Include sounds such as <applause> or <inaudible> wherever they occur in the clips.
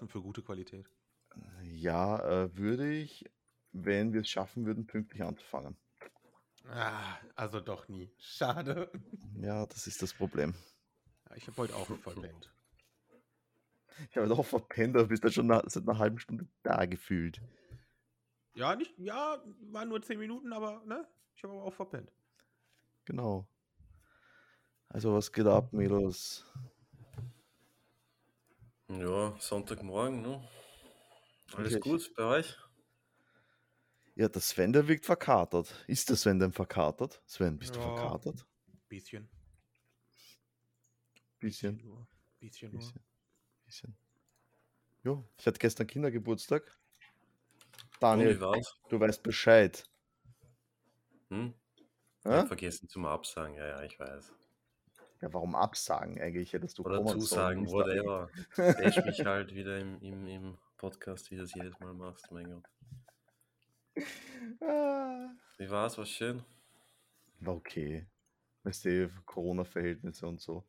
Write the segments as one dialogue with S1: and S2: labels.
S1: Und für gute Qualität.
S2: Ja, äh, würde ich, wenn wir es schaffen würden, pünktlich anzufangen.
S1: Ah, also doch nie. Schade.
S2: Ja, das ist das Problem.
S1: Ja, Ich habe heute auch vollblendet.
S2: Ich habe doch verpennt, aber bist da schon na- seit einer halben Stunde da gefühlt.
S1: Ja, nicht, ja, waren nur 10 Minuten, aber ne? Ich habe aber auch verpennt.
S2: Genau. Also, was geht ab, Mädels?
S3: Ja, Sonntagmorgen, ne? Alles
S2: Natürlich.
S3: gut bei euch?
S2: Ja, der Sven, der wirkt verkatert. Ist der Sven denn verkatert? Sven, bist du
S1: Ja.
S2: verkatert?
S1: Bisschen.
S2: Bisschen,
S1: Nur. Bisschen nur.
S2: bisschen, bisschen. Jo, ich hatte gestern Kindergeburtstag. Daniel,
S3: Wie war's?
S2: du weißt Bescheid.
S3: Hm? Ich
S2: Ja?
S3: hab vergessen zum Absagen, ja, ja, ich weiß.
S2: ja, warum absagen eigentlich? Hättest du
S3: Oder
S2: kommen sollen,
S3: Zusagen,
S2: ist da- <laughs>
S3: whatever. Dash mich halt wieder im, im, im Podcast, wie du das jedes Mal machst, mein Gott.
S2: Ah.
S3: Wie war's? War's schön?
S2: War okay. Weißt du, eh, Corona-Verhältnisse und so.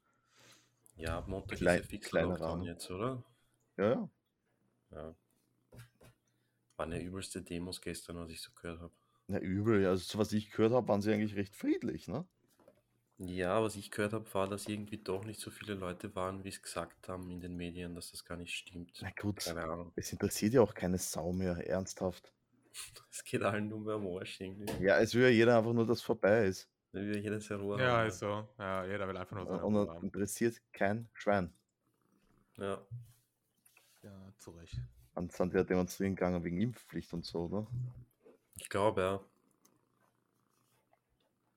S3: Ja, ab Montag
S2: Klein-
S3: ist ja fix
S2: kleiner
S3: Lockdown
S2: Rahmen.
S3: jetzt, oder?
S2: Ja, ja.
S3: Ja. Waren ja übelste Demos gestern, was ich so gehört habe.
S2: Na, übel. ja. Also, so was ich gehört habe, waren sie eigentlich recht friedlich, ne?
S3: Ja, was ich gehört habe, war, dass irgendwie doch nicht so viele Leute waren, wie es gesagt haben in den Medien, dass das gar nicht stimmt.
S2: Na gut,
S3: Keine Ahnung.
S2: es interessiert ja auch keine Sau mehr, ernsthaft.
S3: Es geht allen nur mehr um Arsch irgendwie.
S2: Ja, es will ja jeder einfach nur, dass vorbei ist.
S3: Wenn wir jedes Jahr Ruhe
S1: Ja, also.
S3: haben.
S1: ist so. Ja, jeder will einfach nur seine
S2: Und
S1: Ruhe
S2: dann
S1: haben.
S2: interessiert kein Schwein.
S3: Ja.
S1: Ja, zu Recht.
S2: Dann sind ja demonstrieren gegangen wegen Impfpflicht und so, ne? oder?
S3: Ich glaube, ja.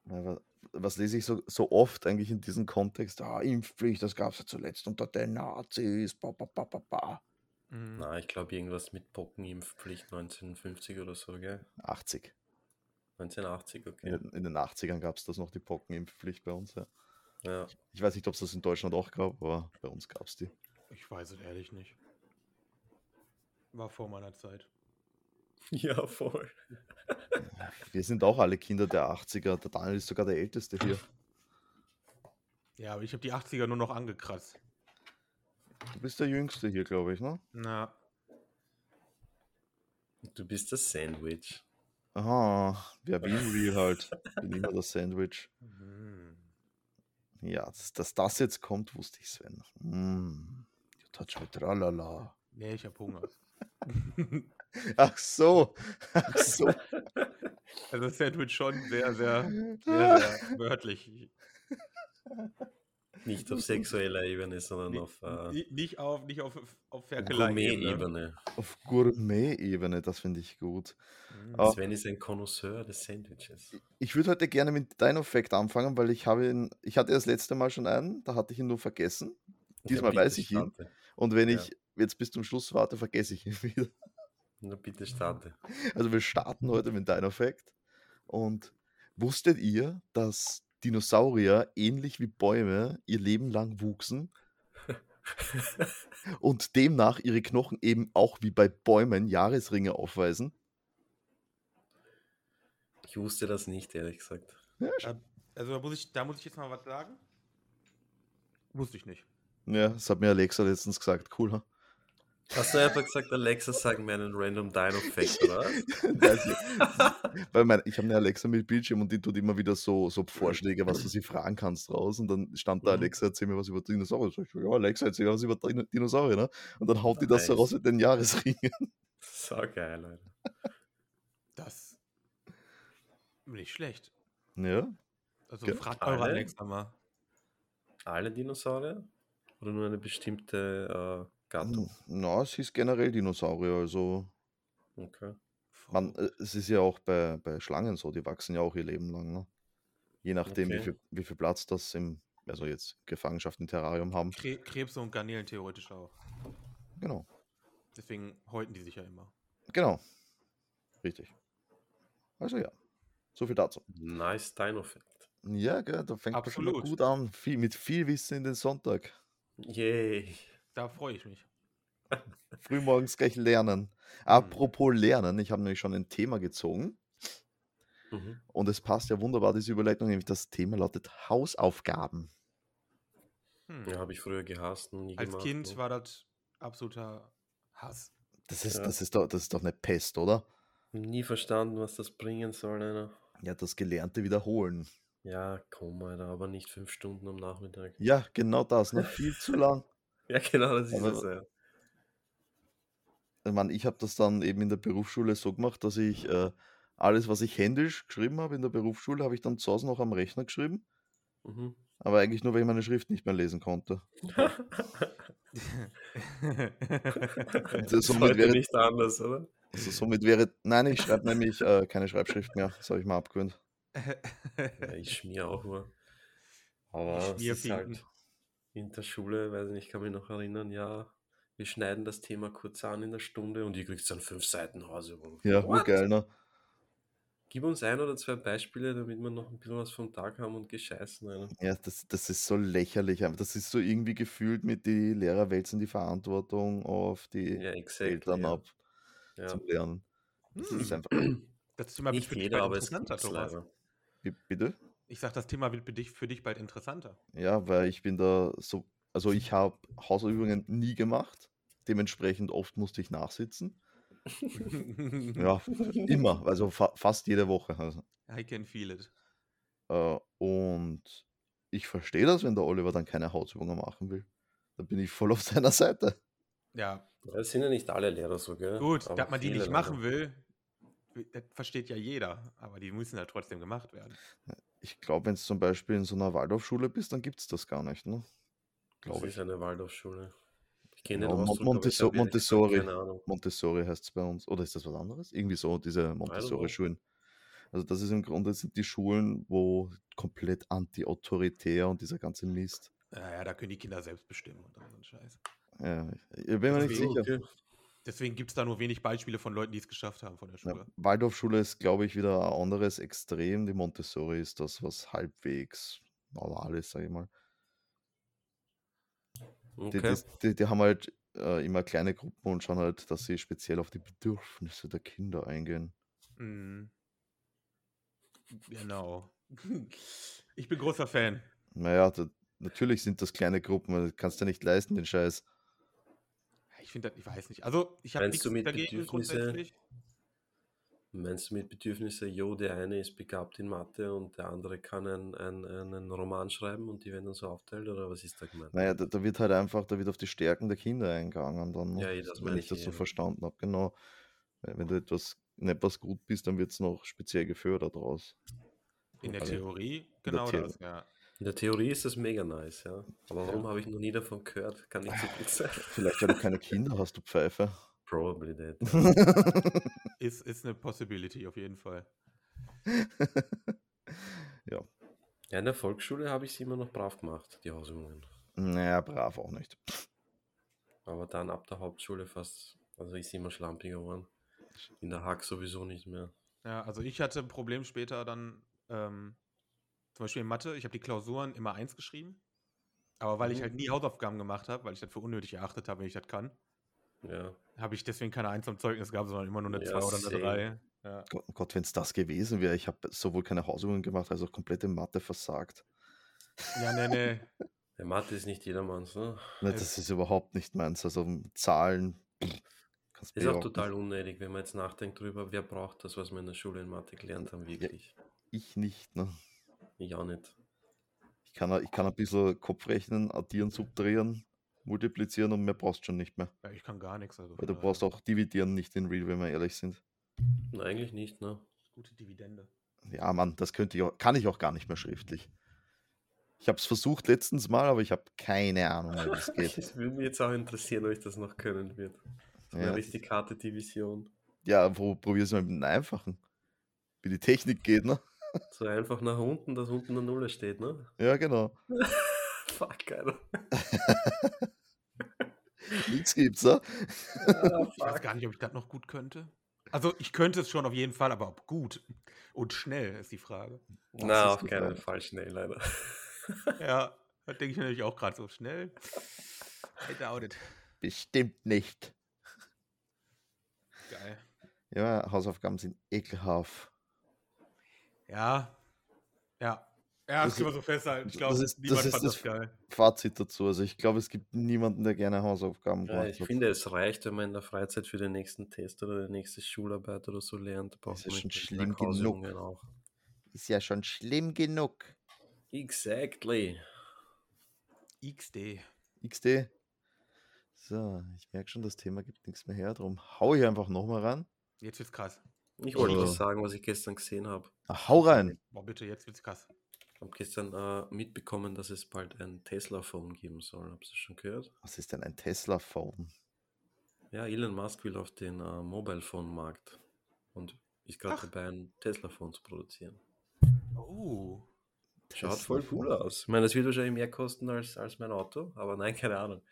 S2: Na, wa- Was lese ich so, so oft eigentlich in diesem Kontext? Ah, Impfpflicht, das gab es ja zuletzt unter den Nazis. Ba, ba, ba, ba, ba.
S1: Mhm.
S3: Na, ich glaube, irgendwas mit Pockenimpfpflicht 1950 oder so, gell?
S2: 80.
S3: 1980,
S2: In,
S3: okay.
S2: den- in den 80ern gab es das noch, die Pockenimpfpflicht bei uns. Ja.
S3: Ja. <laughs>
S2: Ich weiß nicht, ob es das in Deutschland auch gab, aber bei uns gab es die.
S1: Ich weiß es ehrlich nicht. War vor meiner Zeit.
S3: Ja, voll.
S2: Wir sind auch alle Kinder der 80er. Der Daniel ist sogar der Älteste hier.
S1: Ja, aber ich habe die 80er nur noch angekratzt.
S2: Du bist der Jüngste hier, glaube ich, ne?
S1: Na,
S3: Du bist das Sandwich.
S2: Aha, ja, wie im Real halt. Bin immer das Sandwich.
S1: mhm.
S2: Ja, dass, dass das jetzt kommt, wusste ich, Sven. Mm, you touch me, tralala.
S1: nee, ich habe Hunger.
S2: Ach so, <laughs> ach so.
S1: Also das Sandwich schon sehr, sehr,
S2: <laughs>
S1: sehr,
S2: Ah,
S1: sehr wörtlich.
S3: Nicht auf sexueller Ebene, sondern
S1: Nicht-
S3: auf äh,
S1: Ni- Nicht auf, nicht auf, auf Ferkelei-Ebene.
S3: Gourmet-Ebene.
S2: Auf Gourmet-Ebene, das finde ich gut.
S1: Mhm.
S2: Ah.
S3: Sven ist ein Connoisseur des Sandwiches.
S2: Ich würde heute gerne mit Dino-Fact anfangen, weil ich habe ihn, ich hatte das letzte Mal schon einen, da hatte ich ihn nur vergessen. Diesmal
S3: bitte
S2: weiß ich ihn.
S3: starte.
S2: Und wenn
S3: Ja.
S2: ich jetzt bis zum Schluss warte, vergesse ich ihn <laughs> wieder.
S3: Na, bitte starte.
S2: Also wir starten heute mit Dino Fact. Und wusstet ihr, dass Dinosaurier ähnlich wie Bäume ihr Leben lang wuchsen und demnach ihre Knochen eben auch wie bei Bäumen Jahresringe aufweisen?
S3: Ich wusste das nicht, ehrlich gesagt.
S1: Also da muss, ich, da muss ich jetzt mal was sagen. Wusste ich nicht.
S2: Ja, das hat mir Alexa letztens gesagt. Cool. ha?
S3: Hast du einfach gesagt, Alexa, sag mir einen random Dino-Fact, oder? was?
S2: <laughs> Weiß ich. Weil mein, ich habe eine Alexa mit Bildschirm und die tut immer wieder so, so Vorschläge, <clears throat> was du sie fragen kannst raus. Und dann stand da
S3: Mhm.
S2: Alexa, erzähl mir was über Dinosaurier. Sag ich, ja, Alexa, erzähl mir was über Dino- Dinosaurier. Ne? Und dann haut die das so
S3: Nice.
S2: raus mit den Jahresringen. <laughs>
S3: So geil, Leute.
S1: Das nicht schlecht.
S2: Ja.
S1: Also
S2: Ge-
S1: fragt eure
S3: Alle?
S1: Alexa mal.
S3: Alle Dinosaurier? Oder nur eine bestimmte äh, Gattung?
S2: Na, es hieß generell Dinosaurier. Also,
S3: Okay.
S2: man, äh, es ist ja auch bei, bei Schlangen so, die wachsen ja auch ihr Leben lang. Ne? Je nachdem, wie,
S3: Okay.
S2: viel, wie viel Platz das im, also jetzt Gefangenschaft im Terrarium haben.
S1: Kre Krebse und Garnelen theoretisch auch.
S2: Genau,
S1: Deswegen häuten die sich ja immer.
S2: genau. Richtig. Also ja, so viel dazu.
S3: Nice Dino-Fact.
S2: Ja, gell, da fängt man schon mal
S1: Absolut.
S2: gut an. Viel, mit viel Wissen in den Sonntag.
S3: Yay.
S1: Da freue ich mich.
S2: Frühmorgens gleich lernen. Apropos lernen, ich habe nämlich schon ein Thema gezogen.
S3: Mhm.
S2: Und es passt ja wunderbar, diese Überleitung, nämlich das Thema lautet Hausaufgaben.
S1: Hm.
S3: Ja, habe ich früher gehasst und nie
S1: Als
S3: gemacht.
S1: Kind
S3: ne?
S1: war das absoluter
S4: Hass.
S2: Das ist,
S3: Ja.
S2: das, ist doch, das ist doch eine Pest, oder?
S3: Nie verstanden, was das bringen soll, einer.
S2: Ja, das Gelernte wiederholen.
S3: Ja, komm, Alter, aber nicht fünf Stunden am Nachmittag.
S2: Ja, genau das, ne? Viel zu lang.
S3: Ja, genau, das ist
S2: Aber-
S3: es. Ja.
S2: Ich meine, ich habe das dann eben in der Berufsschule so gemacht, dass ich äh, alles, was ich händisch geschrieben habe in der Berufsschule, habe ich dann zu Hause noch am Rechner geschrieben.
S3: Mhm.
S2: Aber eigentlich nur, weil ich meine Schrift nicht mehr lesen konnte.
S3: das
S1: <laughs>
S2: somit
S3: ist <laughs> heute
S2: wäre-
S3: nicht anders, oder?
S2: Also somit wäre. Nein, ich schreibe nämlich äh, keine Schreibschrift mehr. Das habe ich mal abgewöhnt.
S3: Ja, ich schmier auch nur. Aber es ist
S1: Schmierfinken.
S3: halt in der Schule, weiß ich nicht, kann mich noch erinnern, ja, wir schneiden das Thema kurz an in der Stunde und ihr kriegt dann fünf Seiten Hausübung.
S2: Ja,
S3: What?
S2: urgeil, ne?
S3: Gib uns ein oder zwei Beispiele, damit wir noch ein bisschen was vom Tag haben und gescheißen. Alter.
S2: Ja, das, das ist so lächerlich. einfach. Das ist so irgendwie gefühlt mit die Lehrer wälzen die Verantwortung auf die
S3: Ja, exakt.
S2: Eltern
S3: Ja.
S2: ab
S3: Ja.
S2: zum Lernen. Das ist
S1: Hm,
S2: einfach.
S1: das Thema wird
S3: Nicht
S1: für dich
S3: jeder,
S1: bald
S3: aber es
S1: interessanter,
S3: gibt's
S1: Thomas.
S3: leider.
S2: Bi- Bitte?
S1: Ich sag, das Thema wird für dich, für dich bald interessanter.
S2: Ja, weil ich bin da so, also ich habe Hausübungen nie gemacht. Dementsprechend oft musste ich nachsitzen.
S1: <laughs>
S2: Ja, immer, also fa fast jede Woche. Also.
S1: I can feel it.
S2: Äh, und ich verstehe das, wenn der Oliver dann keine Hausübungen machen will. Da bin ich voll auf <laughs> seiner Seite.
S1: Ja,
S3: Ja, Es sind ja nicht alle Lehrer so, gell?
S1: gut,
S3: Aber
S1: dass man die
S3: viele also
S1: nicht
S3: leider.
S1: machen will, das versteht ja jeder. Aber die müssen halt trotzdem gemacht werden.
S2: Ich glaube, wenn du zum Beispiel in so einer Waldorfschule bist, dann gibt es das gar nicht, ne?
S3: Das
S2: Glaube ich.
S3: ist eine Waldorfschule. Ich kenne
S2: Ja,
S3: den
S2: Mon-
S3: Ausdruck, aber ich
S2: Monteso-
S3: hab ehrlich gesagt
S2: Montessori.
S3: Keine Ahnung.
S2: Montessori heißt es bei uns. Oder ist das was anderes? Irgendwie so, diese Montessori-Schulen. Also das ist im Grunde sind die Schulen, wo komplett anti-autoritär und dieser ganze Mist.
S1: Naja, da können die Kinder selbst bestimmen und all so ein Scheiß.
S2: Ja, ich ich bin mir nicht
S1: Deswegen-
S2: sicher.
S3: Okay.
S1: Deswegen gibt es da nur wenig Beispiele von Leuten, die es geschafft haben von der
S2: Ja,
S1: Schule.
S2: Waldorfschule ist, glaube ich, wieder ein anderes Extrem. Die Montessori ist das, was halbwegs normal ist, sage ich mal. Die,
S3: Okay.
S2: die, die, die haben halt äh, immer kleine Gruppen und schauen halt, dass sie speziell auf die Bedürfnisse der Kinder eingehen.
S1: Mhm. Genau. Ich bin großer Fan.
S2: Naja, da, natürlich sind das kleine Gruppen, weil das kannst du nicht leisten, den Scheiß.
S1: Ich finde das, ich weiß nicht. Also, ich habe nichts
S3: Meinst du mit
S1: dagegen
S3: Bedürfnisse?
S1: grundsätzlich.
S3: Meinst du mit Bedürfnisse, jo, der eine ist begabt in Mathe und der andere kann ein, ein, einen Roman schreiben und die werden dann so aufteilt oder was ist da gemeint?
S2: Naja, da, da wird halt einfach, da wird auf die Stärken der Kinder eingegangen, dann, ne?
S3: Ja, eh, das
S2: wenn
S3: meine
S2: ich
S3: ich
S2: das
S3: eh,
S2: so
S3: ja.
S2: verstanden habe, genau. Weil Wenn du etwas, in etwas gut bist, dann wird es noch speziell gefördert raus.
S1: In der
S2: Okay.
S1: Theorie, genau
S2: Theo-
S1: das, ja.
S3: In der Theorie ist das mega nice, ja. Aber warum habe ich noch nie davon gehört? Kann nicht so gut sein.
S2: Vielleicht, weil du keine Kinder hast, du Pfeife. <laughs>
S3: Probably that.
S1: Ist, ist eine Possibility auf jeden Fall.
S2: ja,
S3: Ja, in der Volksschule habe ich sie immer noch brav gemacht, die Hausübungen.
S2: naja, brav auch nicht.
S3: Aber dann ab der Hauptschule fast, also ist sie immer schlampiger geworden. In der Hack sowieso nicht mehr.
S1: Ja, also ich hatte ein Problem später dann, ähm, zum Beispiel in Mathe, ich habe die Klausuren immer eins geschrieben. Aber weil ich
S3: Mhm.
S1: halt nie Hausaufgaben gemacht habe, weil ich das für unnötig erachtet habe, wenn ich das kann,
S3: Ja.
S1: habe ich deswegen keine Eins am Zeugnis gehabt, sondern immer nur eine
S3: Ja,
S1: zwei oder eine
S3: same.
S1: drei. Ja.
S2: Gott, oh Gott wenn es das gewesen wäre, ich habe sowohl keine Hausübungen gemacht, als auch komplette Mathe versagt.
S1: ja, nee, nee.
S3: Ja, Mathe ist nicht jedermanns, ne?
S2: Na,
S1: Es-
S2: das ist überhaupt nicht meins. Also m, Zahlen pff, kannst
S3: Ist auch
S2: bejahen.
S3: total unnötig, wenn man jetzt nachdenkt drüber, wer braucht das, was wir in der Schule in Mathe gelernt haben, wirklich.
S2: Ich nicht. Ne?
S3: Ich auch nicht.
S2: Ich, kann,
S3: Ah.
S2: a- ich kann ein bisschen Kopf rechnen, addieren, subtrahieren, multiplizieren und mehr brauchst schon nicht mehr.
S1: Ja, ich kann gar nichts. Also
S2: Weil du
S3: Ah.
S1: von
S2: brauchst auch dividieren nicht in Real, wenn wir ehrlich sind.
S3: Na, eigentlich nicht, ne?
S1: daher, Gute Dividende.
S2: Ja, Mann, das könnte ich auch, kann ich auch gar nicht mehr schriftlich. Ich habe es versucht letztens mal, aber ich habe keine Ahnung, mehr, wie es
S3: <laughs>
S2: geht.
S3: Das würde mich jetzt auch interessieren, ob ich das noch können wird.
S2: Ja,
S3: Ja, ist die Karte Division.
S2: Ja, wo probier's mal mit einem einfachen. Wie die Technik geht, ne?
S3: So einfach nach unten, dass unten eine Null steht, ne? <laughs>
S2: Ja, genau.
S3: Fuck, Alter.
S2: Nichts gibt's, ne?
S3: Ah,
S1: Ich weiß
S3: fuck.
S1: gar nicht, ob ich das noch gut könnte. Also ich könnte es schon auf jeden Fall, aber ob gut und schnell ist die
S3: <laughs>
S1: Frage.
S3: Na,
S2: ist
S3: auf
S2: die
S3: keinen
S2: Frage.
S3: Fall schnell, leider.
S1: Ja, da denke ich mir natürlich auch gerade so schnell. I doubt it.
S2: Bestimmt nicht.
S1: Geil.
S2: Ja, Hausaufgaben sind ekelhaft.
S1: Ja. Ja. Ja, das
S2: Das
S1: können wir
S2: ist-
S1: so festhalten. Ich glaube,
S2: das ist- das
S1: niemand
S2: ist
S1: fand
S2: das-
S1: das geil.
S2: Fazit dazu. Also ich glaube, es gibt niemanden, der gerne Hausaufgaben
S3: Ja,
S2: braucht.
S3: ich finde, es reicht, wenn man in der Freizeit für den nächsten Test oder die nächste Schularbeit oder so lernt. Da braucht
S2: ist
S3: man
S2: schon
S3: nicht den
S2: schlimm
S3: Hausübungen
S2: genug.
S3: Auch.
S2: Ist ja schon schlimm genug.
S3: Exactly.
S1: XD.
S2: XD. So, ich merke schon, das Thema gibt nichts mehr her. Darum hau ich einfach nochmal ran.
S1: Jetzt wird's krass.
S3: Ich wollte
S2: Also-
S3: was sagen, was ich gestern gesehen habe.
S2: Ah, hau rein.
S1: Boah, bitte, jetzt wird's krass.
S3: Ich habe gestern äh, mitbekommen, dass es bald ein Tesla-Phone geben soll. Habt ihr das schon gehört?
S2: Was ist denn ein Tesla-Phone?
S3: Ja, Elon Musk will auf den äh, Mobile-Phone-Markt und ist gerade
S1: Ach.
S3: dabei, ein Tesla-Phone zu produzieren.
S1: Oh.
S3: Schaut voll cool aus. Ich meine, das wird wahrscheinlich mehr kosten als, als mein Auto, aber nein, <laughs> keine Ahnung.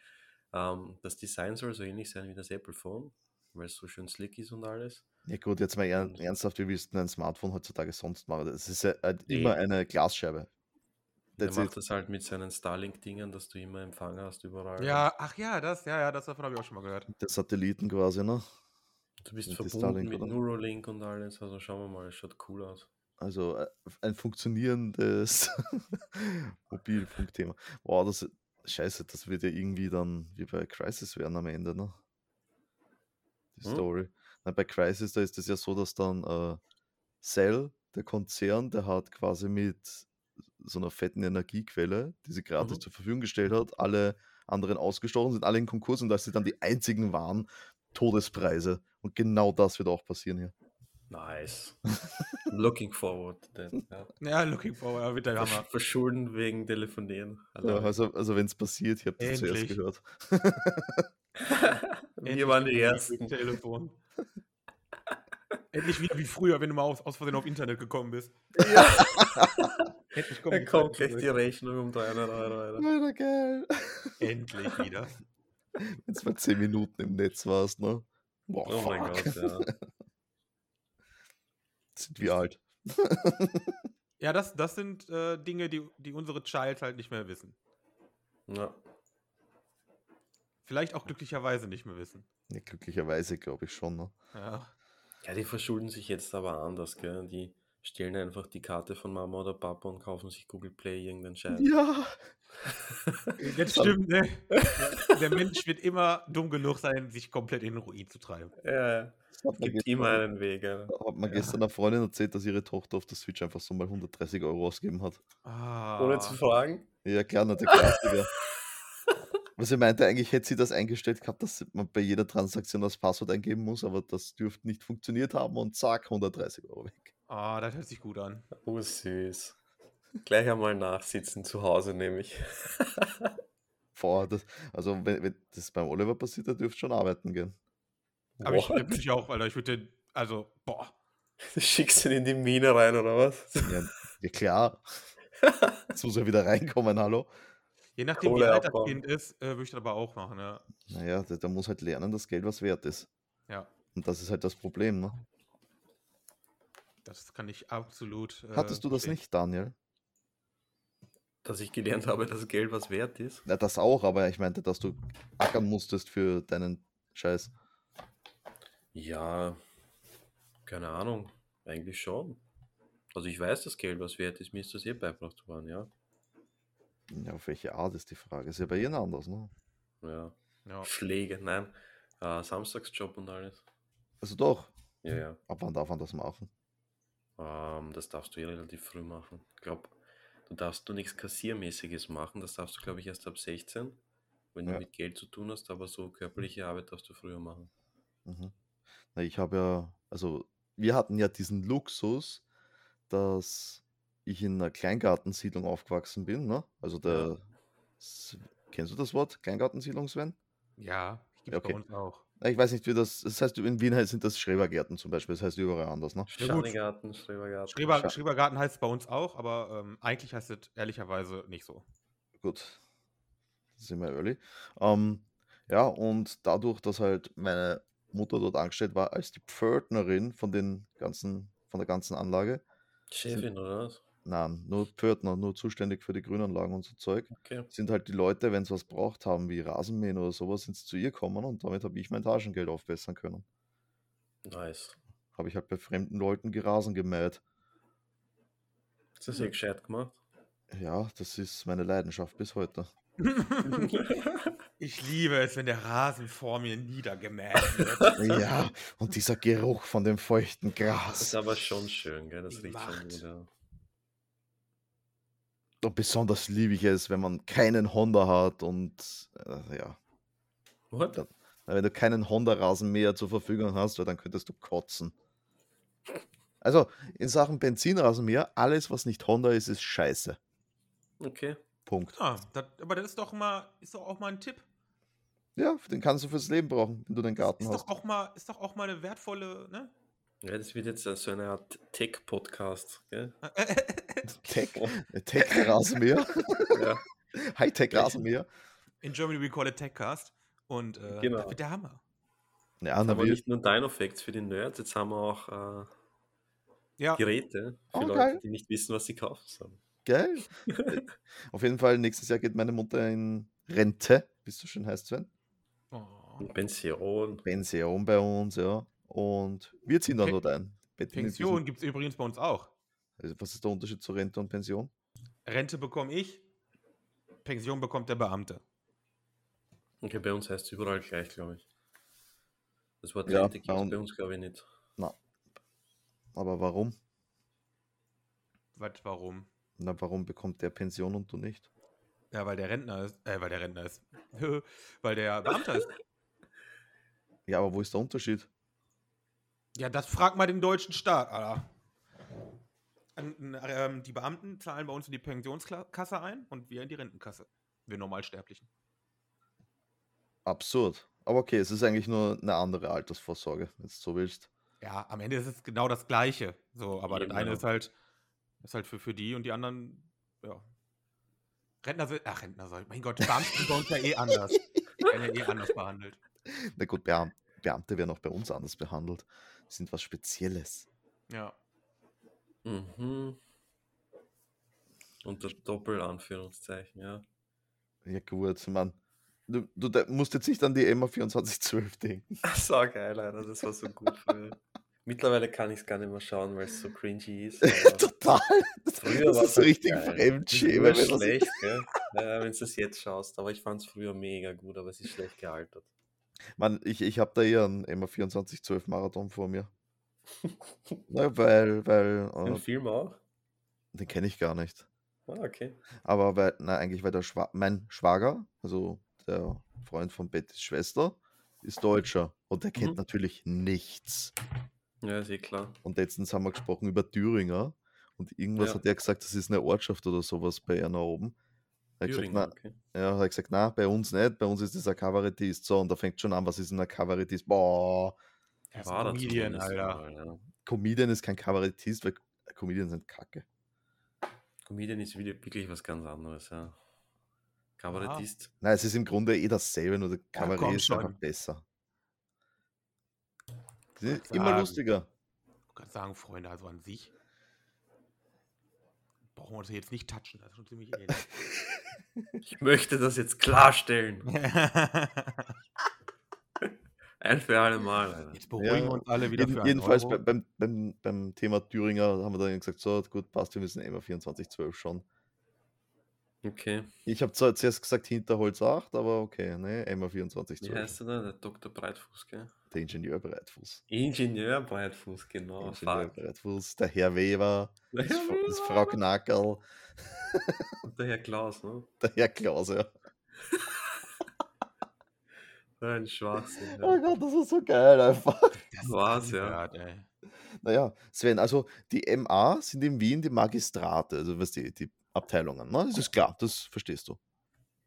S3: Ähm, das Design soll so ähnlich sein wie das Apple Phone, weil es so schön slick ist und alles.
S2: Ja gut, jetzt mal eher,
S3: Und-
S2: ernsthaft, wie willst du denn ein Smartphone heutzutage sonst machen? Das ist ja halt
S3: Nee.
S2: immer eine Glasscheibe.
S3: Der
S2: That's
S3: macht
S2: it.
S3: das halt mit seinen Starlink-Dingern, dass du immer Empfang hast überall.
S1: Ja, ach ja, das, ja, ja, das davon habe ich auch schon mal gehört.
S2: Der Satelliten quasi, ne?
S3: Du bist
S2: Mit der
S3: verbunden
S2: Starlink,
S3: mit
S2: oder?
S3: Neuralink und alles, also schauen wir mal, es schaut cool aus.
S2: Also äh, ein funktionierendes <laughs> Mobilfunkthema. Wow, das scheiße, das wird ja irgendwie dann wie bei Crisis werden am Ende, ne? Die
S3: Hm?
S2: Story. Na, bei Crisis, da ist es ja so, dass dann äh, Cell, der Konzern, der hat quasi mit so einer fetten Energiequelle, die sie gratis
S3: Mhm.
S2: zur Verfügung gestellt hat, alle anderen ausgestochen, sind alle in Konkurs und als sie dann die einzigen waren, Todespreise. Und genau das wird auch passieren hier.
S3: Nice. Looking forward. to
S2: <laughs>
S3: That, ja.
S1: Ja, looking forward, ja, wird der Hammer.
S3: Versch- Verschulden wegen Telefonieren.
S2: Ja,
S3: Hallo.
S2: also also wenn es passiert, ich habe das zuerst
S1: Endlich.
S2: gehört.
S1: Endlich
S3: Wir waren die
S1: wieder <laughs>
S3: Ersten.
S1: mit dem Telefon. Endlich wieder wie früher, wenn du mal aus, aus Versehen auf Internet gekommen bist. <laughs> Endlich
S3: Da
S1: die
S3: kommt
S1: Zeiten
S3: gleich die Rechnung um 300 Euro.
S2: <laughs>
S3: Alter.
S2: Alter, geil.
S1: zurück. Endlich wieder.
S2: Wenn du mal 10 Minuten im Netz warst, ne? Boah,
S3: Oh mein
S2: fuck.
S3: Gott, ja.
S2: <laughs> Sind wir alt.
S1: Ja, das, das sind äh, Dinge, die, die unsere Child halt nicht mehr wissen.
S3: ja.
S1: Vielleicht auch glücklicherweise nicht mehr wissen.
S2: Ja, glücklicherweise glaube ich schon, ne?
S1: Ja.
S3: Ja, die verschulden sich jetzt aber anders, gell? Die stellen einfach die Karte von Mama oder Papa und kaufen sich Google Play irgendeinen Scheiß.
S2: Ja.
S1: Das stimmt, ne?
S2: <laughs>
S1: Der- Der Mensch wird immer dumm genug sein, sich komplett in den Ruin zu treiben.
S3: Ja, ja.
S2: Das hat mir
S3: Gibt
S2: gestern,
S3: immer einen Weg. Alter.
S2: hat mir
S3: Ja.
S2: gestern eine Freundin erzählt, dass ihre Tochter auf der Switch einfach so mal 130 Euro ausgegeben hat.
S1: Ah.
S3: Ohne zu fragen.
S2: Ja, klar, na, der
S3: <laughs>
S2: Klassiker. Was ich meinte, eigentlich hätte sie das eingestellt gehabt, dass man bei jeder Transaktion das Passwort eingeben muss, aber das dürfte nicht funktioniert haben und zack, 130 Euro weg.
S1: Ah, das hört sich gut an.
S3: Oh, süß. Gleich einmal nachsitzen zu Hause, nämlich.
S2: Boah, das, also wenn, wenn das beim Oliver passiert, der dürfte schon arbeiten gehen.
S1: Aber ich
S3: What?
S1: würde ich auch, Alter, ich würde, den- also, boah.
S3: Du <laughs> schickst ihn in die Mine rein, oder was?
S2: Ja, ja klar. Jetzt muss er wieder reinkommen, hallo.
S1: Je nachdem, wie
S3: Kohle
S1: alt das
S3: abbauen.
S1: Kind ist, äh, würde ich das aber auch machen, ne? ja.
S2: Naja, der, der muss halt lernen, dass Geld was wert ist.
S1: Ja.
S2: Und das ist halt das Problem, ne?
S1: Das kann ich absolut. äh,
S2: Hattest du das
S1: verstehen.
S2: nicht, Daniel?
S3: Dass ich gelernt habe, dass Geld was wert ist.
S2: Na, das auch, aber ich meinte, dass du ackern musstest für deinen Scheiß.
S3: Ja, keine Ahnung. Eigentlich schon. Also ich weiß, dass Geld was wert ist. Mir ist das eh beigebracht worden, ja.
S2: Ja, auf welche Art ist die Frage? Ist ja bei jedem anders, ne?
S3: ja.
S1: Ja.
S3: Schläge, nein. Äh, Samstagsjob und alles.
S2: Also doch,
S3: Ja, ja.
S2: ab wann darf man das machen?
S3: Ähm, das darfst du eh relativ früh machen. Ich glaube, du darfst du nichts Kassiermäßiges machen. Das darfst du, glaube ich, erst ab 16, wenn
S2: Ja.
S3: du mit Geld zu tun hast. Aber so körperliche Arbeit darfst du früher machen.
S2: Mhm. Na, ich habe ja, also wir hatten ja diesen Luxus, dass ich in einer Kleingartensiedlung aufgewachsen bin, ne? Also der, S- kennst du das Wort? Kleingartensiedlung, Sven?
S1: Ja, gibt
S2: Ja, okay.
S1: bei uns auch.
S2: Na, Ich weiß nicht, wie das, das heißt, in Wien heißt- sind das Schrebergärten zum Beispiel, das heißt überall anders, ne?
S1: Ja, gut.
S3: Schanigarten, Schrebergarten.
S1: Schreber,
S2: Scha-
S1: Schrebergarten heißt es bei uns auch, aber ähm, eigentlich heißt es ehrlicherweise nicht
S2: <laughs>
S1: so.
S2: Gut, da sind wir early. Ähm, ja, und dadurch, dass halt meine Mutter dort angestellt war als die Pförtnerin von den ganzen, von der ganzen Anlage,
S3: Chefin, oder was?
S2: nein, nur Pförtner, nur zuständig für die Grünanlagen und so Zeug,
S3: Okay.
S2: sind halt die Leute, wenn sie was braucht haben, wie Rasenmähen oder sowas, sind sie zu ihr kommen und damit habe ich mein Taschengeld aufbessern können.
S3: Nice.
S2: Habe ich halt bei fremden Leuten gerasen gemäht.
S1: <laughs>
S3: Ist das eh gescheit gemacht?
S2: Ja, das ist meine Leidenschaft bis heute.
S1: ich liebe es, wenn der Rasen vor mir niedergemäht
S2: <laughs>
S1: wird.
S2: ja, und dieser Geruch von dem feuchten Gras.
S3: Das ist aber schon schön, gell? Das riecht schon gut. Ja.
S2: Und besonders liebe ich es, wenn man keinen Honda hat und äh, ja.
S3: What?
S2: Wenn du keinen Honda-Rasenmäher zur Verfügung hast, weil dann könntest du kotzen. Also in Sachen Benzinrasenmäher, alles, was nicht Honda ist, ist scheiße.
S3: Okay.
S2: Punkt.
S1: Ah, das, aber das ist doch mal, ist doch auch mal ein Tipp.
S2: Ja, den kannst du fürs Leben brauchen, wenn du den Garten
S1: ist
S2: hast.
S1: Doch auch mal, ist doch auch mal eine wertvolle, ne?
S3: Ja, das wird jetzt äh, so eine Art Tech-Podcast, <laughs> gell?
S2: Tech, äh, Tech-Rasenmäher.
S1: <laughs>
S3: ja.
S2: Hightech-Rasenmäher.
S1: In Germany we call it Techcast. Und äh,
S3: Genau.
S1: das wird der Hammer.
S2: Ja,
S3: Jetzt
S2: na,
S3: haben wir
S2: wir-
S3: nicht nur Dino Facts für die Nerds, jetzt haben wir auch äh,
S1: Ja,
S3: Genau. Geräte für
S2: Oh,
S3: Leute,
S2: geil.
S3: die nicht wissen, was sie kaufen sollen.
S1: <laughs>
S2: Geil. Auf jeden Fall, nächstes Jahr geht meine Mutter in Rente, wie es so schön heißt, Sven.
S1: oh.
S3: Und Pension.
S2: Pension bei uns, ja. Und wir ziehen dann
S1: Pe-
S2: dort ein. Mit- mit
S1: Pension
S2: diesem-
S1: gibt es übrigens bei uns auch.
S2: Also, was ist der Unterschied zu Rente und Pension?
S1: Rente bekomme ich, Pension bekommt der Beamte.
S3: Okay, bei uns heißt es überall gleich, glaube ich. Das Wort
S2: Ja,
S3: Rente gibt
S2: bei
S3: es
S2: uns-
S3: bei uns, glaube ich, nicht.
S2: Aber warum?
S1: Was, warum?
S2: Na, warum bekommt der Pension und du nicht?
S1: Ja, weil der Rentner ist, äh, weil der Rentner ist, <laughs> weil der Beamter ist.
S2: Ja, aber wo ist der Unterschied?
S1: Ja, das frag mal den deutschen Staat, Alter. An, an, ähm, die Beamten zahlen bei uns in die Pensionskasse ein und wir in die Rentenkasse. Wir Normalsterblichen.
S2: Absurd. Aber okay, es ist eigentlich nur eine andere Altersvorsorge, wenn du so willst.
S1: Ja, am Ende ist es genau das Gleiche. So, aber
S3: Eben, genau.
S1: das eine
S3: ja.
S1: ist halt, ist halt für, für die und die anderen, ja. Rentner sind, ach, Rentner soll, mein Gott, Beamte sind bei uns ja eh anders. Die werden ja eh anders behandelt.
S2: Na gut, Beam Beamte werden auch bei uns anders behandelt. Die sind was Spezielles.
S1: Ja.
S3: Mhm. Unter Doppelanführungszeichen, ja.
S2: Ja, gut, Mann. Du, du de- musst jetzt nicht an die MA 2412 denken.
S3: Ach, so geil, Alter, <laughs> das war so gut früher. <laughs> Mittlerweile kann ich es gar nicht mehr schauen, weil es so cringy ist. <laughs>
S2: <laughs>
S3: aber
S2: Total. Das, das ist richtig
S3: geil.
S2: Fremdschämen.
S3: Das
S2: wenn
S3: ist nur
S2: das- <laughs>
S3: schlecht, gell? Naja, wenn du es jetzt schaust. Aber ich fand es früher mega gut, aber es ist schlecht gealtert.
S2: Mann, ich, ich habe da eher einen MA 2412 Marathon vor mir. Na, weil, weil,
S3: Den
S2: äh,
S3: Film auch?
S2: den kenne ich gar nicht.
S3: Ah, okay.
S2: Aber weil, na, eigentlich, weil der Schwa mein Schwager, also der Freund von Bettys Schwester, ist Deutscher und der kennt
S3: Mhm.
S2: natürlich nichts.
S3: Ja, ist eh klar.
S2: Und letztens haben wir gesprochen über Thüringer und irgendwas
S3: Ja.
S2: hat er gesagt, das ist eine Ortschaft oder sowas bei ihr nach oben. Er hat gesagt,
S3: Thüringen,
S2: na,
S3: okay.
S2: ja, hat er gesagt, na, bei uns nicht, bei uns ist das ein Kabarettist. So, und da fängt schon an, was ist denn ein Kabarettist? Boah,
S1: Er ist
S3: War da
S1: Comedian,
S3: zumindest
S1: Alter.
S3: mal, ja.
S2: Comedian ist kein Kabarettist, weil Comedians sind Kacke.
S3: Comedian ist wieder- wirklich was ganz anderes, ja. Kabarettist.
S2: Nein, es ist im Grunde eh dasselbe, nur der Kabarett
S1: komm
S2: ist einfach
S1: schon.
S2: besser. Die sind
S1: Wollt
S2: immer
S1: sagen.
S2: lustiger.
S1: Ich kann sagen, Freunde, also an sich brauchen wir uns jetzt nicht touchen. Das ist schon ziemlich
S3: <laughs>
S1: ähnlich.
S3: Ich möchte das jetzt klarstellen. Ein für alle Mal, Alter.
S1: jetzt beruhigen
S2: Ja,
S1: wir uns alle wieder
S2: Jeden,
S1: für einen
S2: jedenfalls
S1: Euro.
S2: bei- beim, beim, beim Thema Thüringer haben wir dann gesagt, so gut, passt, wir müssen immer 24-12 schon.
S3: Okay.
S2: Ich habe zwar zuerst gesagt Hinterholz 8, aber okay, ne, immer
S3: Wie
S2: 24-12.
S3: heißt er da? Der Dr. Breitfuß, gell?
S2: Der Ingenieur Breitfuß.
S3: Ingenieur Breitfuß,
S1: Oh,
S3: genau.
S2: Ingenieur
S3: Fuck.
S2: Breitfuß, der Herr Weber, das, Fra- das Frau Knackerl,
S3: Und <laughs> der Herr Klaus, ne?
S2: der Herr Klaus, ja.
S3: So Ein Schwachsinn.
S2: Oh
S3: Ja.
S2: Gott, das ist so geil einfach.
S1: Das
S3: war's,
S1: ist
S3: ja.
S1: Krankheit, ey.
S2: Naja, Sven, also die MA sind in Wien die Magistrate, also was die, die Abteilungen, ne? Das ist klar, das verstehst du.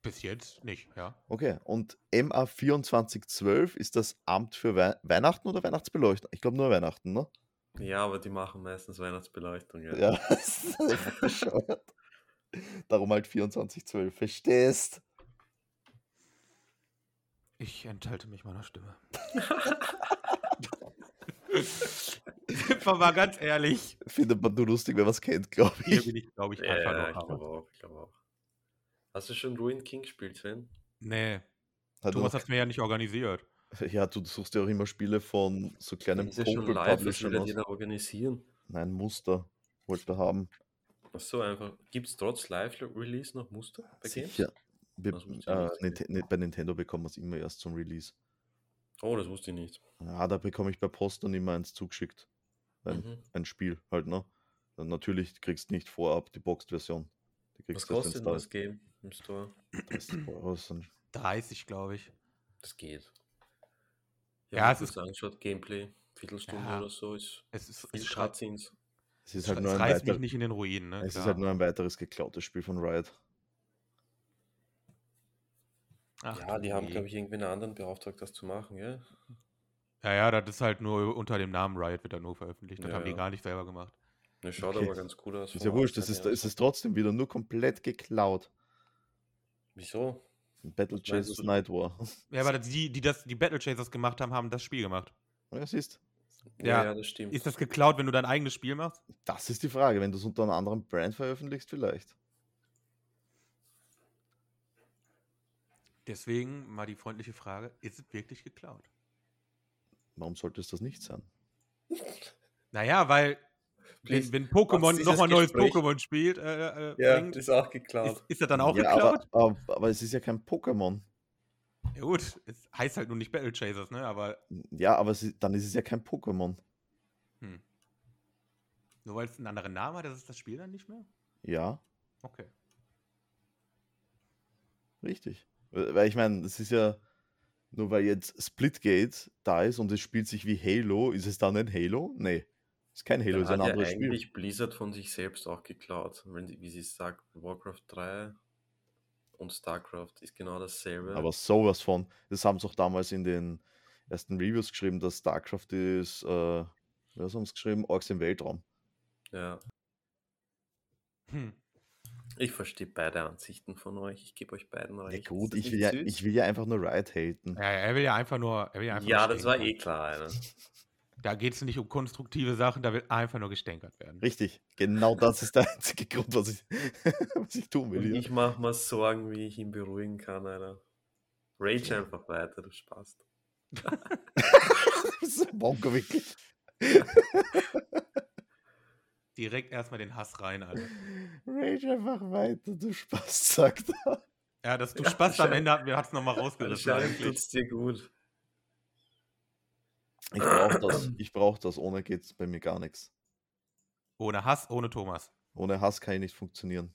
S1: Bis jetzt nicht, ja.
S2: Okay, und MA 2412 ist das Amt für Wei Weihnachten oder Weihnachtsbeleuchtung? Ich glaube nur Weihnachten, ne?
S3: ja, aber die machen meistens Weihnachtsbeleuchtung, ja.
S2: Ja, <laughs> das ist einfach bescheuert. Darum halt 2412, verstehst?
S1: Ich enthalte mich meiner
S3: <laughs>
S1: Stimme. Sind wir mal ganz ehrlich.
S2: Findet man nur lustig, wenn man es kennt, glaube
S1: Hier
S2: ich.
S1: bin ich, glaube ich,
S3: Ja,
S1: einfach
S3: ja,
S1: noch
S3: ich
S1: raus.
S3: glaube auch, ich glaube auch. Hast du schon Ruined King gespielt, Sven?
S1: Nee,
S3: Also
S2: Hat
S1: Thomas
S2: noch-
S1: hat mir ja nicht organisiert.
S2: ja, du suchst ja auch immer Spiele von so kleinen
S3: ist ja schon live, das will
S2: Popel-Publishern
S3: ja
S2: aus.
S3: jeder organisieren.
S2: Nein, Muster wollte er haben.
S3: Ach so einfach. Gibt es trotz Live-Release noch Muster bei Games?
S2: Sicher. Wir,
S3: Das wusste ich
S2: äh,
S3: Also nicht.
S2: Nint Nint- bei Nintendo bekommen wir es immer erst zum Release.
S3: Oh, das wusste ich nicht.
S2: Ah, da bekomme ich bei Post dann immer eins zugeschickt. Ein,
S3: Mhm.
S2: ein Spiel halt, ne? Dann natürlich kriegst du nicht vorab die Boxed-Version. Die
S3: Was
S2: kriegst du erst,
S3: kostet
S2: wenn's
S3: denn
S2: da
S3: das Game im Store?
S2: ist. 30 Euro sind-
S1: 30, glaube ich.
S3: Das geht.
S1: Ja,
S3: mir
S1: es
S3: kurz
S1: ist-
S3: angeschaut, Gameplay, Viertelstunde
S1: Ja.
S3: oder so, ist
S1: Es ist,
S3: viel
S1: es schreit,
S3: Cutscenes.
S2: Es ist halt
S1: es
S2: nur ein
S1: reißt
S3: also
S1: mich
S2: weiter,
S1: nicht in den Ruin. Ne?
S2: Es ist
S1: klar.
S2: halt nur ein weiteres geklautes Spiel von Riot.
S1: Ach,
S3: Ja, die
S1: du
S3: haben,
S1: je.
S3: glaube ich, irgendwie einen anderen beauftragt, das zu machen, gell?
S1: Ja, ja, das ist halt nur unter dem Namen Riot wird dann nur veröffentlicht. Das
S3: Ja,
S1: haben die
S3: ja.
S1: gar nicht selber gemacht.
S3: Ne, schaut
S2: Okay.
S3: aber ganz cool aus.
S2: Ist
S3: von
S2: ja
S3: der
S2: wurscht, es
S3: Outside
S2: ist,
S3: her.
S2: es ist trotzdem wieder nur komplett geklaut.
S3: Wieso?
S2: Battle
S3: Was meinst
S2: Chasers
S3: du?
S2: Night War. <laughs>
S1: Ja, aber das- die, die das, die Battle Chasers gemacht haben, haben das Spiel gemacht.
S2: Ja, siehst,
S1: Ja,
S3: Ja, ja das stimmt.
S1: Ist das geklaut, wenn du dein eigenes Spiel machst?
S2: das ist die Frage. Wenn du es unter einem anderen Brand veröffentlichst, vielleicht.
S1: Deswegen mal die freundliche Frage: Ist es wirklich geklaut?
S2: Warum sollte es das nicht sein?
S1: Naja, weil, wenn,
S3: Please.
S1: wenn Pokémon
S3: Was ist
S1: nochmal
S3: das
S1: neues
S3: Gespräch?
S1: Pokémon spielt, äh, äh,
S3: ja,
S1: bringt, ist,
S3: ist auch geklaut.
S1: ist, das dann auch
S2: ja,
S1: geklaut?
S2: aber, aber, aber es ist ja kein Pokémon.
S1: Ja, gut, es heißt halt nur nicht Battle Chasers, ne? Aber
S2: Ja, aber es ist, dann ist es ja kein Pokémon.
S1: hm. nur weil es einen anderen Namen hat, das ist das Spiel dann nicht mehr?
S2: Ja,
S1: Okay.
S2: richtig. Äh, Weil ich meine, es ist ja nur weil jetzt Splitgate da ist und es spielt sich wie Halo, ist es dann ein Halo? Nee. Ist kein Halo,
S3: Dann
S2: ist ein
S3: hat ja
S2: anderes Spiel.
S3: eigentlich Blizzard von sich selbst auch geklaut. Wenn, sie- wie sie sagt, Warcraft 3 und StarCraft ist genau dasselbe.
S2: Aber sowas von. Das haben sie auch damals in den ersten Reviews geschrieben, dass StarCraft ist, äh, was haben sie geschrieben? Orks im Weltraum.
S3: ja,
S1: Hm.
S3: ich verstehe beide Ansichten von euch. Ich gebe euch beiden
S2: Ja,
S3: recht.
S2: gut,
S3: Ist das
S2: ich will
S3: nicht
S2: ja,
S3: süß?
S2: ich will ja einfach nur Riot haten.
S1: Ja, er will ja einfach nur. Er will ja, einfach
S3: ja,
S1: nur
S3: das war
S1: stänkern.
S3: eh klar. Alter.
S1: Da geht es nicht um konstruktive Sachen, da will einfach nur gestänkert werden.
S2: Richtig, genau das ist der einzige Grund, was ich, <laughs> was ich tun will.
S3: Und
S2: hier.
S3: ich mache mir Sorgen, wie ich ihn beruhigen kann, Alter. Rage einfach weiter, das passt.
S2: <laughs> Das ist ein Bonko, wirklich.
S1: Direkt erstmal den Hass rein, Alter.
S2: Rage einfach weiter, du Spaß, sagt er.
S1: Ja, dass du
S3: Ja,
S1: Spaß am
S3: schön.
S1: Ende hatten, wir hatten es nochmal rausgerissen.
S3: Anscheinend
S1: eigentlich.
S3: tut's dir gut.
S2: Ich brauche das, <clears throat> ich brauch das, ohne geht es bei mir gar nichts.
S1: Ohne Hass, ohne Thomas.
S2: Ohne Hass kann ich nicht funktionieren.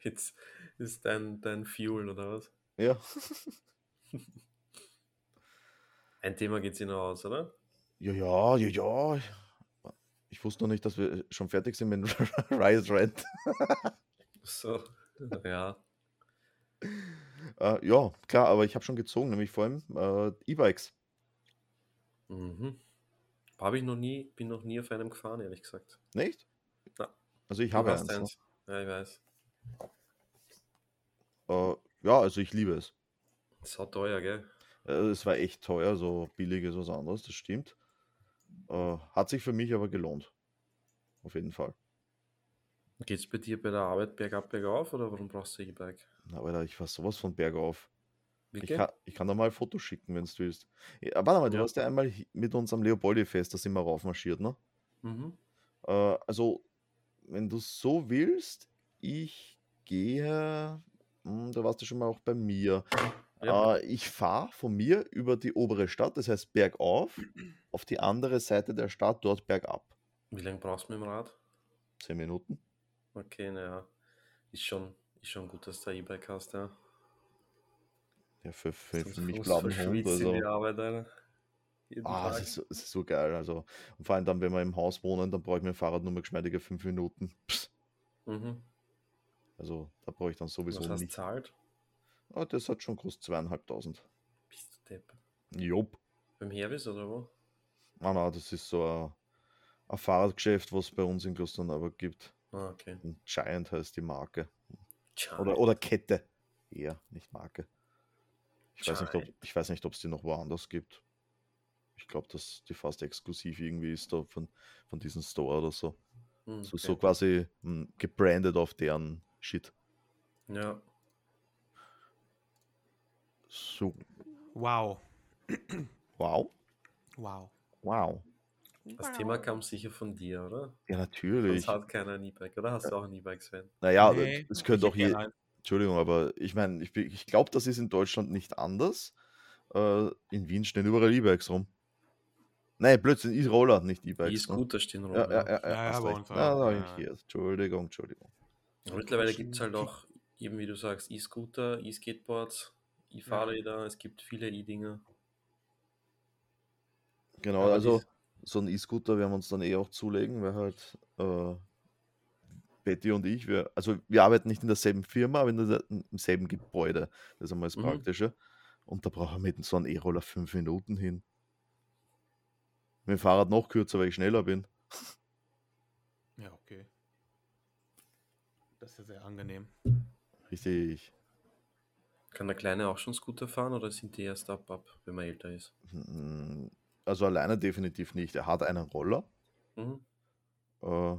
S3: Jetzt ist dein, dein Fuel, oder was?
S2: Ja,
S3: Ein Thema geht's Ihnen aus, oder?
S2: <laughs> ja, ja, ja, ja. Ich wusste noch nicht, dass wir schon fertig sind mit <laughs> Riot Rant.
S3: <laughs> So, ja.
S2: Äh, ja, klar, aber ich habe schon gezogen, nämlich vor allem äh, E-Bikes.
S3: Mhm. Habe ich noch nie, bin noch nie auf einem gefahren, ehrlich gesagt.
S2: Nicht?
S3: Na,
S2: Also ich
S3: Du
S2: habe
S3: hast
S2: eins. eins.
S3: Ja, ich weiß.
S2: Ne? Äh, ja, also ich liebe es.
S3: Sau teuer, gell?
S2: Äh, es war echt teuer, so billig ist was anderes, das stimmt. Äh, hat sich für mich aber gelohnt. Auf jeden Fall.
S3: Geht's bei dir bei der Arbeit bergab, bergauf oder warum brauchst du E-Bike?
S2: Na, Alter, ich war sowas von bergauf. Ich
S3: Wirklich?
S2: kann, ich kann da mal ein Foto schicken, wenn du willst. Ja, aber warte mal, du
S3: Ja.
S2: warst ja einmal hi- mit uns am Leopoldi-Fest, da sind wir raufmarschiert, ne?
S3: Mhm.
S2: Äh, also, wenn du so willst, ich gehe. Hm, da warst du schon mal auch bei mir.
S3: Ja.
S2: Äh, ich fahre von mir über die obere Stadt, das heißt
S3: <clears throat>
S2: bergauf, auf die andere Seite der Stadt, dort bergab.
S3: Wie lange brauchst du mit dem Rad?
S2: Zehn Minuten.
S3: Okay, naja. Ist schon, ist schon gut, dass du ein E-Bike hast, ja.
S2: Ja, für, für,
S3: Sonst
S2: für mich
S3: kommst du
S2: blauen Hund.
S3: verschwitzt in
S2: Also.
S3: die Arbeit, Alter. Jeden
S2: Ah, es
S3: Tag.
S2: ist, so- es ist so geil. Also, und vor allem dann, wenn wir im Haus wohnen, dann brauche ich mein Fahrrad nur mehr geschmeidige fünf Minuten. Psst.
S3: Mhm.
S2: Also, da brauche ich dann sowieso
S3: Was hast du
S2: nicht.
S3: zahlt?
S2: Ah, das hat schon groß zweieinhalbtausend.
S3: Bist du Depp?
S2: Jopp.
S3: Beim Hervis oder wo?
S2: Ah, na, das ist so ein, ein Fahrradgeschäft, was es bei uns in Klosterneuburg gibt.
S3: Ah, okay.
S2: Und Giant heißt die Marke.
S3: Tja.
S2: Oder, oder Kette. Eher, nicht Marke. Ich weiß nicht, ob,
S3: Giant.
S2: ich weiß nicht, ob es die noch woanders gibt. Ich glaube, dass die fast exklusiv irgendwie ist da von, von diesem Store oder so.
S3: Hm,
S2: So, so
S3: okay.
S2: quasi mh, gebrandet auf deren Shit.
S3: Ja.
S2: So,
S1: Wow.
S2: wow,
S1: Wow.
S2: wow.
S3: Das Thema kam sicher von dir, oder?
S2: Ja, natürlich.
S3: Sonst hat keiner ein E-Bike, oder? Hast du auch ein E-Bike, Sven?
S2: Naja,
S1: Nee,
S2: das
S1: ich
S2: könnte auch
S1: hätte gerne
S2: je.
S1: einen.
S2: Entschuldigung, aber ich meine, ich, bin- ich glaube, das ist in Deutschland nicht anders. Äh, in Wien stehen überall E-Bikes rum. Nein, Blödsinn, E-Roller, nicht E-Bikes.
S3: E-Scooter stehen rum.
S2: Ne? Ja, ja, ja,
S1: Ja,
S2: ja,
S1: ja,
S2: hast
S1: bei
S2: recht.
S1: uns
S2: Na,
S1: auch,
S2: da hab ich
S1: ja,
S2: mich
S1: ja.
S2: geirrt. Entschuldigung, Entschuldigung.
S3: Und mittlerweile gibt es halt auch, eben wie du sagst, E-Scooter, E-Skateboards, E-Fahrräder, es gibt viele E-Dinge.
S2: Genau,
S3: Aber
S2: also
S3: dies-
S2: so ein E-Scooter werden wir uns dann eh auch zulegen, weil halt äh, Betty und ich, wir, also wir arbeiten nicht in derselben Firma, aber in der, im selben Gebäude. Das ist einmal das
S3: Mhm.
S2: Praktische. Und da brauchen wir mit so einem E-Roller fünf Minuten hin. Mit dem Fahrrad noch kürzer, weil ich schneller bin.
S1: Ja, okay. Das ist ja sehr angenehm.
S2: Richtig.
S3: Kann der Kleine auch schon Scooter fahren oder sind die erst ab, ab wenn man älter ist?
S2: Mm, Also alleine definitiv nicht. Er hat einen Roller.
S3: Mhm.
S2: Äh,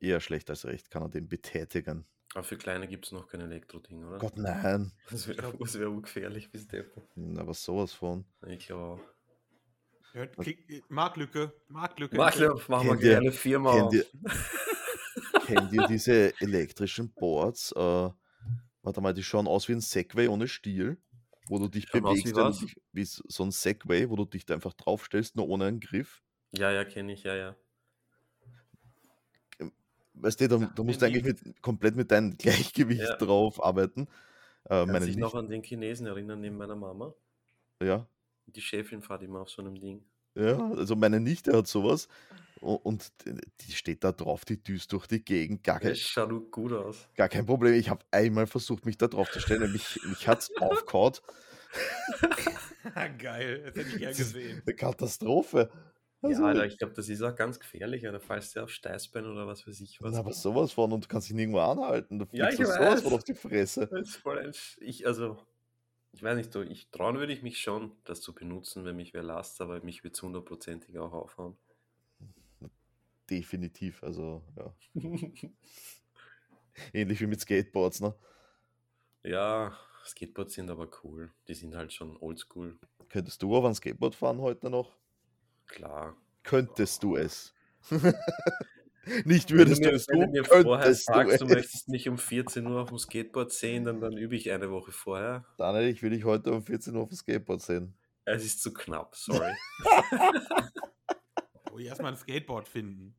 S2: eher schlecht als recht kann er den betätigen.
S3: Aber für Kleine gibt es noch kein Elektroding, oder?
S2: Gott, nein. Hm,
S3: Das wäre wär ungefährlich bis Deppo.
S2: Aber sowas von.
S3: Ich glaube auch.
S1: Hört, klick, äh, Marktlücke. Marktlücke. <laughs>
S3: Markloff, machen wir
S2: Kennt ihr-
S3: gerne eine Firma
S2: kennt
S3: auf.
S2: ihr-
S3: <laughs>
S2: Kennt ihr diese elektrischen Boards? Äh, warte mal, die schauen aus wie ein Segway ohne Stiel, wo du dich
S3: Schauen aus wie
S2: bewegst, ja
S3: was?
S2: nicht wie s- so ein Segway, wo du dich da einfach draufstellst, nur ohne einen Griff.
S3: Ja, ja, kenne ich, ja, ja.
S2: Weißt du, da, da
S1: mir
S2: musst du eigentlich mit, komplett mit deinem <laughs> Gleichgewicht
S3: Ja.
S2: drauf arbeiten. Äh,
S3: Kann
S2: meine
S3: sich
S2: Nicht,
S3: noch an den Chinesen erinnern, neben meiner Mama.
S2: ja,
S3: Die Schäfin fährt immer auf so einem Ding.
S2: ja, also meine Nichte hat sowas u- und die- die steht da drauf, die düst durch die Gegend, gar kein,
S3: Das schaut auch gut aus.
S2: gar kein Problem. Ich habe einmal versucht, mich da drauf zu stellen, und mich, mich hat es aufgehauen.
S1: Ah, Geil, das hätte ich gern
S2: Das ist <laughs>
S1: gesehen.
S2: eine Katastrophe. Also,
S3: ja, Alter, ich glaube, das ist auch ganz gefährlich, Alter. Falls der auf Steißbein oder was weiß ich was.
S2: Na, aber sowas von und du kannst dich nirgendwo anhalten. Du
S3: Ja,
S2: fliegst
S3: ich
S2: ja, sowas von
S3: weiß.
S2: auf die Fresse.
S3: Das ist voll ein Sch- ich, also, ich weiß nicht, so, ich trauen würde ich mich schon, das zu benutzen, wenn mich wer lasst, aber mich wird es hundertprozentig auch <laughs> aufhauen.
S2: Definitiv. Also, ja. Ähnlich wie mit Skateboards, ne?
S3: ja, Skateboards sind aber cool. Die sind halt schon oldschool.
S2: Könntest du auf ein Skateboard fahren heute noch?
S3: Klar.
S2: Könntest du es? <laughs> Nicht würdest
S3: wenn
S2: du
S3: mir,
S2: es
S3: wenn du
S2: tun,
S3: mir vorher
S2: könntest du
S3: sagst, du
S2: es.
S3: möchtest mich um 14 Uhr auf dem Skateboard sehen, dann, dann übe ich eine Woche vorher.
S2: Daniel, ich will dich heute um 14 Uhr auf dem Skateboard sehen.
S3: Es ist zu knapp, <laughs> sorry.
S1: Oh, erstmal ein Skateboard finden.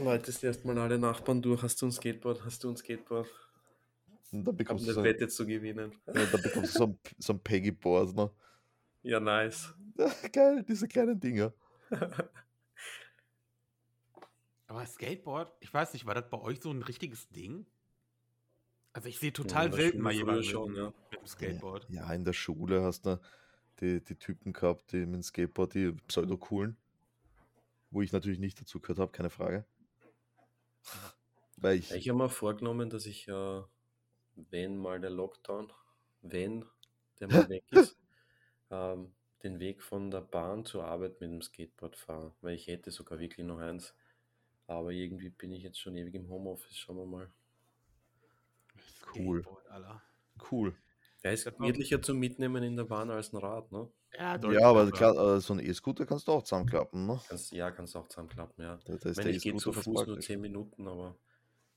S3: Leitest erstmal alle Nachbarn durch. Hast du ein Skateboard? Hast du ein Skateboard?
S2: Und dann
S3: Um
S2: bekommst, du
S3: eine
S2: so <laughs> ein,
S3: Wette zu gewinnen.
S2: ja, dann bekommst du so ein, so ein Peggy-Board, ne? <laughs>
S3: Ja, nice.
S2: Geil, diese kleinen Dinger.
S1: Aber Skateboard, ich weiß nicht, war das bei euch so ein richtiges Ding? Also ich sehe total
S3: in der
S1: selten
S3: Schule
S1: mal
S3: früher
S1: jemanden
S3: schon,
S1: mit,
S3: ja.
S1: mit dem Skateboard.
S2: Ja, in der Schule hast du die, die Typen gehabt, die mit dem Skateboard, die Pseudo-Coolen. Wo ich natürlich nicht dazu gehört habe, keine Frage. Weil ich,
S3: Ich habe mir vorgenommen, dass ich, äh, wenn mal der Lockdown, wenn
S2: <laughs>
S3: der mal weg ist, ähm, den Weg von der Bahn zur Arbeit mit dem Skateboard fahre. Weil ich hätte sogar wirklich noch eins. Aber irgendwie bin ich jetzt schon ewig im Homeoffice, schauen wir mal.
S2: Cool.
S1: Skateboard, Alter.
S2: cool.
S3: Ja, ist
S1: Das war-
S3: gemütlicher zum Mitnehmen in der Bahn als ein Rad, ne?
S1: Ja, deutlich
S2: Ja, aber
S1: besser.
S2: klar, äh, so ein E-Scooter kannst du auch zusammenklappen. Ne?
S3: Kannst, ja, kannst auch zusammenklappen, ja.
S2: Da, da ist
S3: Ich meine,
S2: der
S3: ich gehe zu
S2: E-Scooter
S3: Fuß
S2: fast
S3: nur
S2: praktisch.
S3: 10 Minuten, aber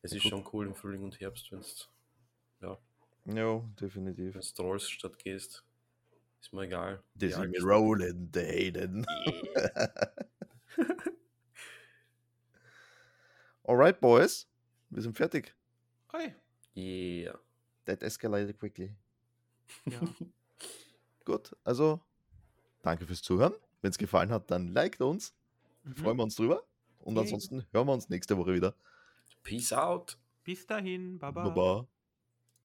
S3: es
S2: Ja,
S3: ist
S2: gut.
S3: schon cool im Frühling und Herbst, wenn du
S2: Ja, definitiv.
S3: Strolls statt gehst. Ist mir egal.
S2: Die
S3: Ja,
S2: sind
S3: ich-
S2: rolling, Hayden. <laughs> Alright, Boys. Wir sind fertig.
S1: Hey.
S3: Yeah.
S2: That escalated quickly. <laughs>
S1: Ja.
S2: Gut, also danke fürs Zuhören. Wenn es gefallen hat, dann liked uns. Freuen wir uns drüber. Und
S1: Mhm. Yay.
S2: ansonsten hören wir uns nächste Woche wieder.
S3: Peace out.
S1: Bis dahin, Baba.
S2: Baba.